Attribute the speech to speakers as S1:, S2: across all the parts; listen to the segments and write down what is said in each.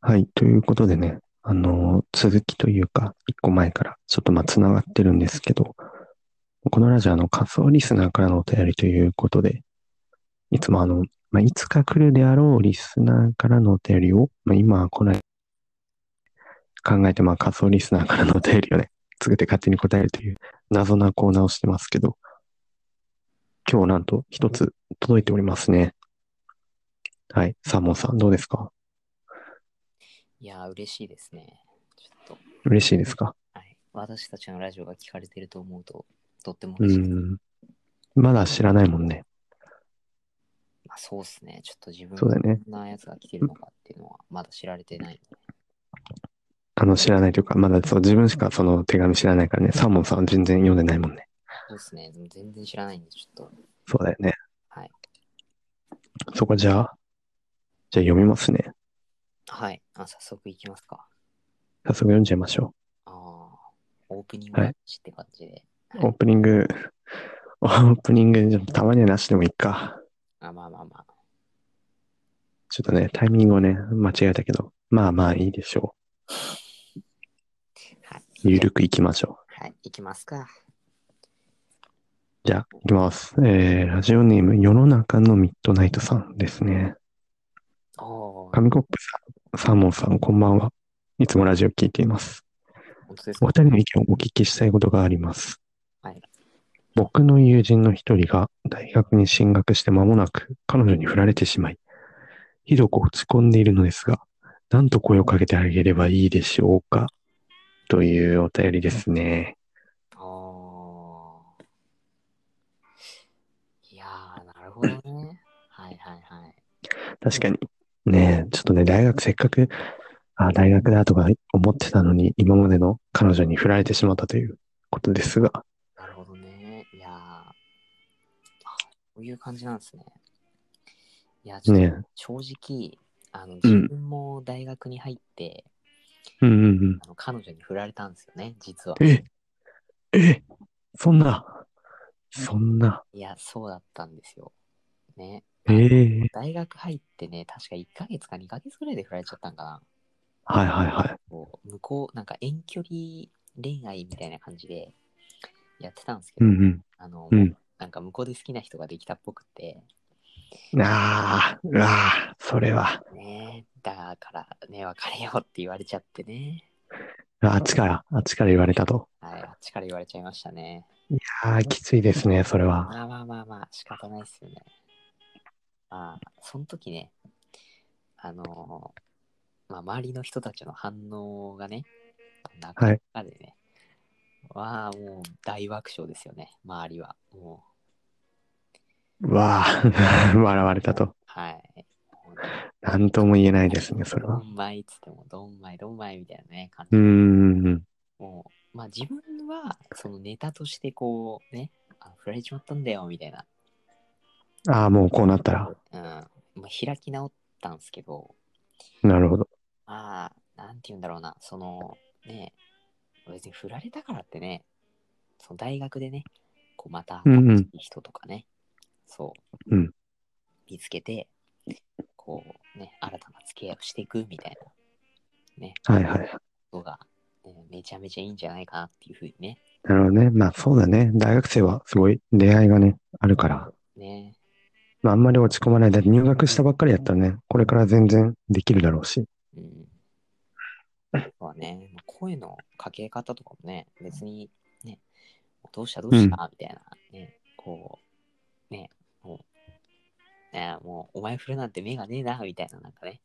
S1: はい。ということでね、あの、続きというか、一個前からちょっとまあ繋がってるんですけど、このラジオ、あの、仮想リスナーからのお便りということで、いつもあの、まあ、いつか来るであろうリスナーからのお便りを、まあ、今は来ない、考えて、まあ、仮想リスナーからのお便りをね、作って勝手に答えるという謎なコーナーをしてますけど、今日なんと一つ届いておりますね。はい。サーモンさん、どうですか
S2: いやー、嬉しいですね。ちょっと、
S1: 嬉しいですか
S2: はい、私たちのラジオが聞かれてると思うと、とっても
S1: う
S2: 嬉しいです。
S1: ん。まだ知らないもんね。
S2: まあ、そうっすね。ちょっと自分
S1: そうだよね
S2: どんなやつが聞けるのかっていうのは、まだ知られてない。
S1: あの、知らないというか、まだそう、自分しかその手紙知らないからね、サーモンさんは全然読んでないもんね。
S2: そうっすね。でも全然知らないんで、ちょっと。
S1: そうだよね。
S2: はい。
S1: そこじゃあ、じゃあ読みますね。
S2: はい。あ、早速いきますか。
S1: 早速読んじゃいましょ
S2: ああ、オープニング
S1: はい
S2: ランチって感じで。
S1: う。オープニング、 オープニング、たまにはなしでもいいか。
S2: あ、まあまあまあ。
S1: ちょっとね、タイミングをね、間違えたけど、まあまあいいでしょ
S2: はい。
S1: う。ゆるくいきましょう。
S2: はい。いきますか。
S1: じゃあ、いきます。えー、ラジオネーム、世の中のミッドナイトさんですね。
S2: おー、
S1: 紙コップさん、サーモンさん、こんばんは。いつもラジオ聞いています。
S2: 本当です
S1: お
S2: か
S1: 二人の意見をお聞きしたいことがあります。
S2: はい。
S1: 僕の友人の一人が大学に進学して間もなく彼女に振られてしまい、ひどく落ち込んでいるのですが、なんと声をかけてあげればいいでしょうかというお便りですね。
S2: ああ。いやー、なるほどね。はいはいはい。
S1: 確かに。ねえ、ちょっとね、大学せっかく、あ大学だとか思ってたのに、今までの彼女に振られてしまったということですが、
S2: なるほどね。いやーあ、こういう感じなんですね。いや、ちょっと
S1: ね
S2: 正直、あの、
S1: う
S2: 自
S1: ん
S2: 分も大学に入っ
S1: え。
S2: て、
S1: うんうんうん。
S2: あの彼女に振られたんですよね、実は。
S1: え、え、そんな、そんな、
S2: いや、そうだったんですよ。ね。
S1: ええ
S2: 大学入ってね、確か1ヶ月か2ヶ月ぐらいで振られちゃったんかな。
S1: はいはいは
S2: こう向こう、なんか遠距離恋愛みたいな感じでやってたんですけ
S1: い。う
S2: ど、
S1: ん
S2: あの、
S1: うん
S2: なんか向こうで好きな人ができたっぽくて、
S1: うん。ああ、うわあ、それは、
S2: ねえ、だからね、別れようって言われちゃってね。
S1: あっちから、あっちから言われたと。
S2: はい、あっちから言われちゃいましたね。
S1: ああ、きついですね、それは。
S2: まあまあまあまあ、仕方ないですよね。まあ、その時ね、あのーまあ、周りの人たちの反応がね、なかなかでね、はもう大爆笑ですよね、周りは。も
S1: うわあ、 笑われたと
S2: う、。はい。もうね
S1: なんとも言えないですね、それ
S2: ど
S1: は。
S2: んまいっつっても、どんまい、どんまいみたいなね、感じ
S1: うーん。
S2: もう、まあ自分は、そのネタとしてこう、ね、あ振られちまったんだよ、みたいな。
S1: ああ、もうこうなったら。
S2: うん。まあ、開き直ったんですけど、
S1: なるほど。
S2: まあ、なんて言うんだろうな、その、ね、別に振られたからってね、その大学でね、こうまた、
S1: うんうん
S2: いい人とかね、そう、
S1: うん
S2: 見つけて、こうね、新たな付き合いをしていくみたいな、ね、
S1: はいはい。
S2: ことが、ねめちゃめちゃいいんじゃないかなっていうふうにね、
S1: なるほどね。まあそうだね。大学生はすごい出会いがね、あるから。
S2: ね、
S1: まああんまり落ち込まない。だって入学したばっかりやったらね、これから全然できるだろうし。
S2: うん。そうだね、まあ声のかけ方とかもね、別にね、どうしたどうした、みたいな、ね、こう、ね、もう、ね、もう、お前振るなんて目がねえな、みたいな、なんかね、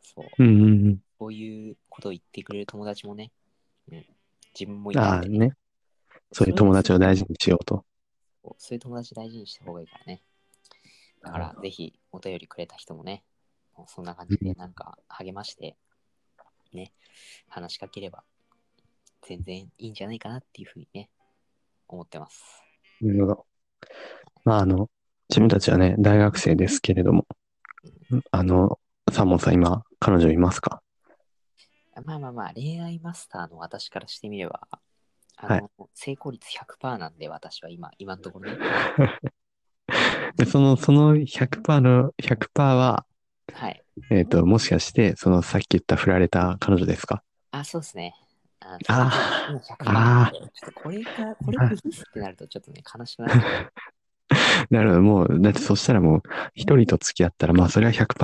S2: そう、
S1: うんうんうん。
S2: こういうことを言ってくれる友達もね、うん、自分もいた
S1: あ
S2: ん
S1: あ
S2: でね、
S1: ね。そういう友達を大事にしようと。
S2: そうそういう友達大事にした方がいいからね。だから、ぜひ、お便りくれた人もね、もうそんな感じで、なんか、励まして、ね、話しかければ、全然いいんじゃないかなっていうふうにね、思ってます。
S1: なるほど。まああの、自分たちはね、大学生ですけれども、あの、サーモンさん今、彼女いますか
S2: まあまあまあ、恋愛マスターの私からしてみれば、あの、
S1: はい
S2: 成功率100%なんで、私は今、今のと ころね。
S1: で、その、その100%の、100%は、
S2: はい。
S1: えっ、と、もしかして、そのさっき言った振られた彼女ですか
S2: あ、そうですね。あ
S1: あー
S2: もう100%
S1: あ
S2: ちょっとこれが、これがミスってなるとちょっとね、悲しくな る。
S1: なるほど、もう、だってそしたらもう、一人と付き合ったら、まあ、それは100%、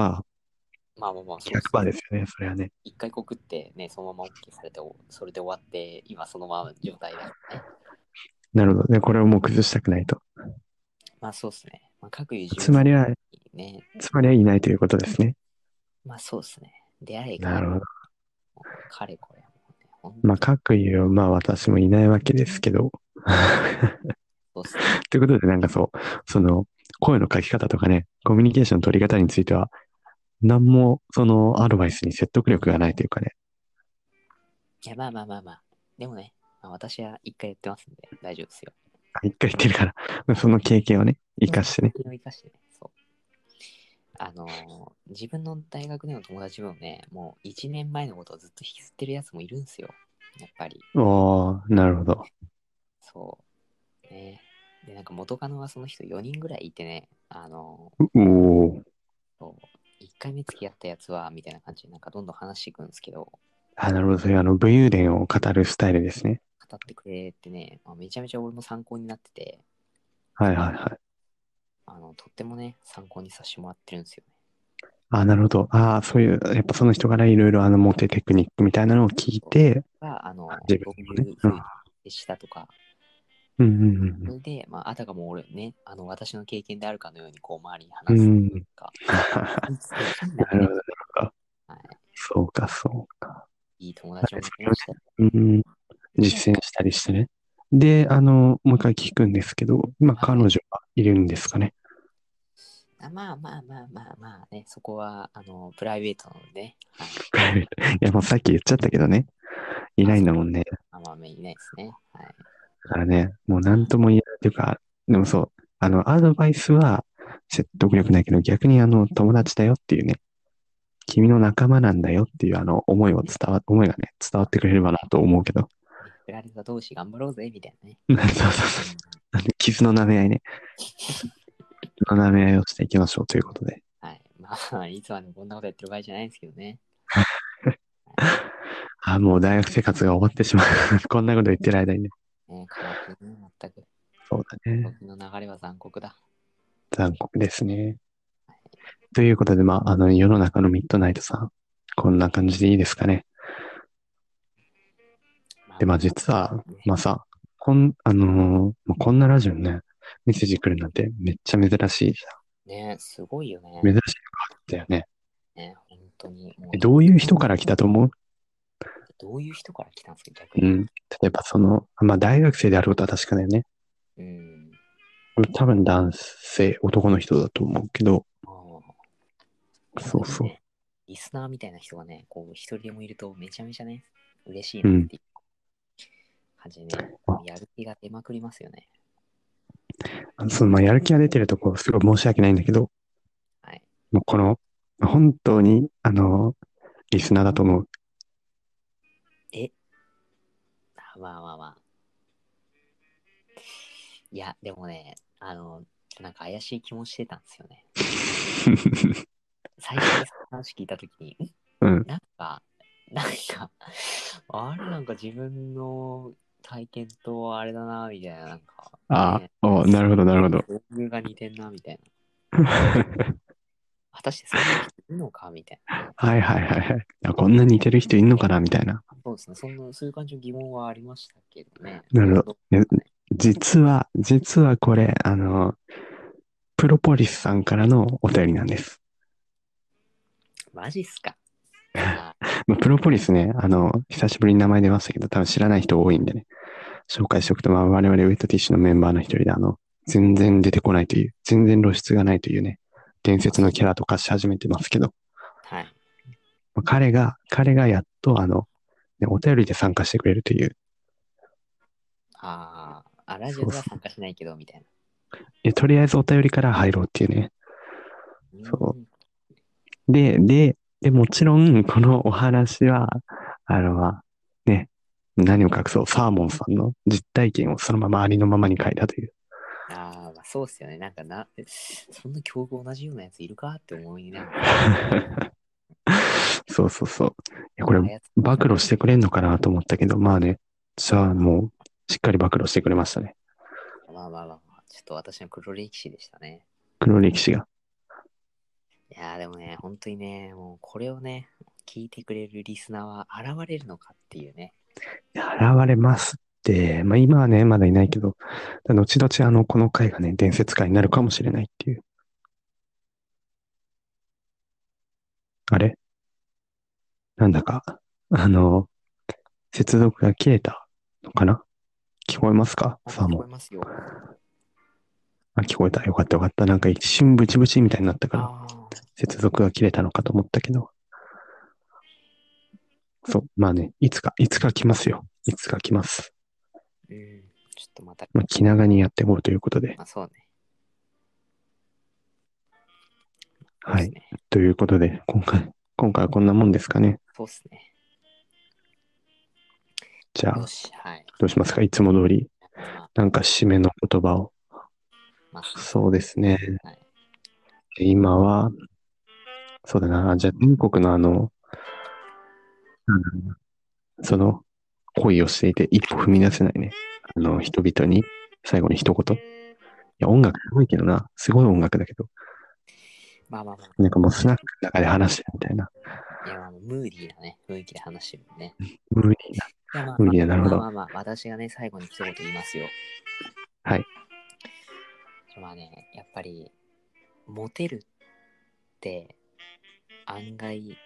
S2: まあまあまあ、そうそう
S1: 100%ですよね、それはね。
S2: 一回告って、ね、そのまま OK されて、おそれで終わって、今そのまま状態だからね。
S1: なるほど。で、これをもう崩したくないと。
S2: まあそうですね。まあ、各友人
S1: つまりは、
S2: ね。
S1: つまりはいないということですね。
S2: まあそうですね。出会いが
S1: なるほど。
S2: 彼これもうね、本当
S1: まあ、
S2: に
S1: 各言う、まあ、私もいないわけですけど。
S2: そうっすね。
S1: ということで、なんかそう、その、声の書き方とかね、コミュニケーションの取り方については、何も、その、アドバイスに説得力がないというかね。
S2: いや、まあまあまあまあ。でもね、まあ、私は一回やってますんで、大丈夫ですよ。
S1: あ一回言ってるから、 まあその経験をね、生かしてね。
S2: それを生かしてね。そう。あのー自分の大学での友達もね、もう1年前のことをずっと引きずってるやつもいるんですよ。やっぱり。
S1: おー、なるほど。
S2: そう。ね。で、なんか元カノはその人4人ぐらいいてね、あのー
S1: うおー。
S2: そう1回目付き合ったやつは、みたいな感じで、なんかどんどん話していくんですけど、
S1: あ、なるほど。そういう、あの、武勇伝を語るスタイルですね。
S2: 語ってくれてね、まあ、めちゃめちゃ俺も参考になってて、
S1: はいはいはい。
S2: あの、とってもね、参考にさせてもらってるんですよね。
S1: あ、なるほど。ああ、そういう、やっぱその人からいろいろ、あの、モテテクニックみたいなのを聞いて、
S2: が、あの、
S1: 自
S2: ど
S1: 分
S2: うい
S1: のね
S2: うふうに接したとか、
S1: うんうん
S2: そ
S1: うん。
S2: れで、まあ、あたかも俺ね、あの、私の経験であるかのように、こう、周りに
S1: う
S2: 話す
S1: ん。
S2: とか、
S1: な
S2: うん
S1: るほど。
S2: はい
S1: そうか、そうか。
S2: いい友達もできましたよ。
S1: うん。実践したりしてね。で、あの、もう一回聞くんですけど、今、
S2: はい
S1: 彼女はいるんですかね。
S2: あまあまあまあまあまあね、そこは、あの、プライベートなのでね、はい、
S1: プライベートいや、もうさっき言っちゃったけどね。いないんだもんね。
S2: あんまあいないですね。はい。
S1: だからね、もう何とも言えないというか、でもそう、あの、アドバイスは説得力ないけど、逆にあの、友達だよっていうね、君の仲間なんだよっていうあの、思いを伝わ、思いがね、伝わってくれればなと思うけど。
S2: 振られた同士頑張ろうぜ、みたいな
S1: そ
S2: ね。
S1: うそうそう。傷の舐め合いね。傷の舐め合いをしていきましょうということで。
S2: はい。まあ、いつまでもこんなことやってる場合じゃないんですけどね。
S1: あ、もう大学生活が終わってしまう。 こんなこと言ってる間にね。
S2: ね、変わってね、全く。
S1: そうだね。
S2: 時の流れは残酷だ。
S1: 残酷ですね。ということで、まあ、あの、世の中のミッドナイトさん、こんな感じでいいですかね。
S2: ま
S1: で、まあ実は、
S2: ね
S1: まあさ、こん、あのーまあこんなラジオにね、メッセージ来るなんてめっちゃ珍しいじ
S2: ね、すごいよね
S1: ゃん。。珍しいのがあったよね。
S2: ね本当にも
S1: え
S2: う。
S1: どういう人から来たと思う
S2: どういう人から来たんですか、逆
S1: う
S2: に。
S1: ん。例えばその、まあ大学生であることは確かだよね。
S2: うん。
S1: 多分男性、男の人だと思うけど、
S2: ああ
S1: そうそう。
S2: リスナーみたいな人がね、こう、一人でもいるとめちゃめちゃね、嬉しいなっていう感じでね、
S1: あ
S2: やる気が出まくりますよね。
S1: あのその、まあやる気が出てるとこ、すごい申し訳ないんだけど、
S2: はい。
S1: もうこの、本当に、あのーリスナーだと思 う。
S2: あまあまあまあ。いや、でもね、あの、なんか怪しい気もしてたんですよね。最初にその話聞いたときに、ん
S1: うん。
S2: なんか、なんか、あれなんか自分の体験とあれだな、みたいな、なんか、
S1: あ
S2: ね
S1: あ、なるほど、なる ほど。
S2: 境遇が似てんな、みたいな。果たしてそんな人いるのか、みた いな。
S1: はいはいはいはいあ。こんな似てる人いんのかなみたいな。
S2: そうですね、そんな、そういう感じの疑問はありましたけどね。
S1: なるほどね実は、実はこれ、あの、プロポリスさんからのお便りなんです。
S2: マジっ すか。あ
S1: まあ、プロポリスね、あの、久しぶりに名前出ましたけど、多分知らない人多いんでね、紹介しておくと、まあ、我々ウェットティッシュのメンバーの一人で、あの、全然出てこないという、全然露出がないというね、伝説のキャラと化し始めてますけど、
S2: はい。
S1: まあ彼が、彼がやっと、あの、ね、お便りで参加してくれるという、
S2: あーあ、ラジオでは参加しないけど、みたいな。
S1: えとりあえずお便りから入ろうっていうね、そ
S2: うん
S1: で、で、で、もちろん、このお話は、あの、まあね、何を隠そう、サーモンさんの実体験をそのままありのままに書いたという。
S2: ああ、まあ、そうっすよね。なんかな、そんな競合同じようなやついるかって思いなが
S1: そうそうそう。いや、
S2: ら。
S1: これ、
S2: あやつ
S1: 暴露してくれんのかなと思ったけど、まあね、じゃあもう、しっかり暴露してくれましたね。
S2: まあまあまあまあ、ちょっと私の黒歴史でしたね。
S1: 黒歴史が。
S2: いやーでもね、本当にね、もうこれをね、聞いてくれるリスナーは現れるのかっていうね。
S1: 現れますって、まあ今はね、まだいないけど、後々あの、この回がね、伝説回になるかもしれないっていう。あれなんだか、あの、接続が切れたのかな聞こえますか
S2: あ
S1: サー
S2: 聞
S1: モ
S2: こ
S1: ン
S2: え。ますよ。
S1: あ、聞こえた。よかったよかった。なんか一瞬ブチブチみたいになったから。
S2: ああ。
S1: 接続が切れたのかと思ったけど。そう、まあね、いつか、いつか来ますよ。いつか来ます。
S2: うん。ちょっとまた、
S1: まあ、気長にやっていこうということで。
S2: まあそうね。
S1: は
S2: そうっ
S1: い。
S2: すね
S1: ということで、今回、今回はこんなもんですかね。
S2: そうっすね。
S1: じゃあ
S2: よ、し、はい。
S1: どうしますかいつも通り、
S2: まあ、
S1: なんか締めの言葉を。
S2: まあ、
S1: そうですね。
S2: はい
S1: 今は、そうだな。じゃあ、全国のあの、うんその、恋をしていて一歩踏み出せないね。あの、人々に、最後に一言。いや、音楽すごいけどな。すごい音楽だけど。
S2: まあまあま
S1: なんかもうスナックの中で話してるみたいな。
S2: あ、いやまあムーディーなね、雰囲気で話してるもんね。
S1: 無理な。
S2: いやまあ
S1: 無理だなるほど
S2: まあまあまあ、私がね、最後に一言言いますよ。
S1: はい。
S2: まあね、やっぱり、モテるって、案外、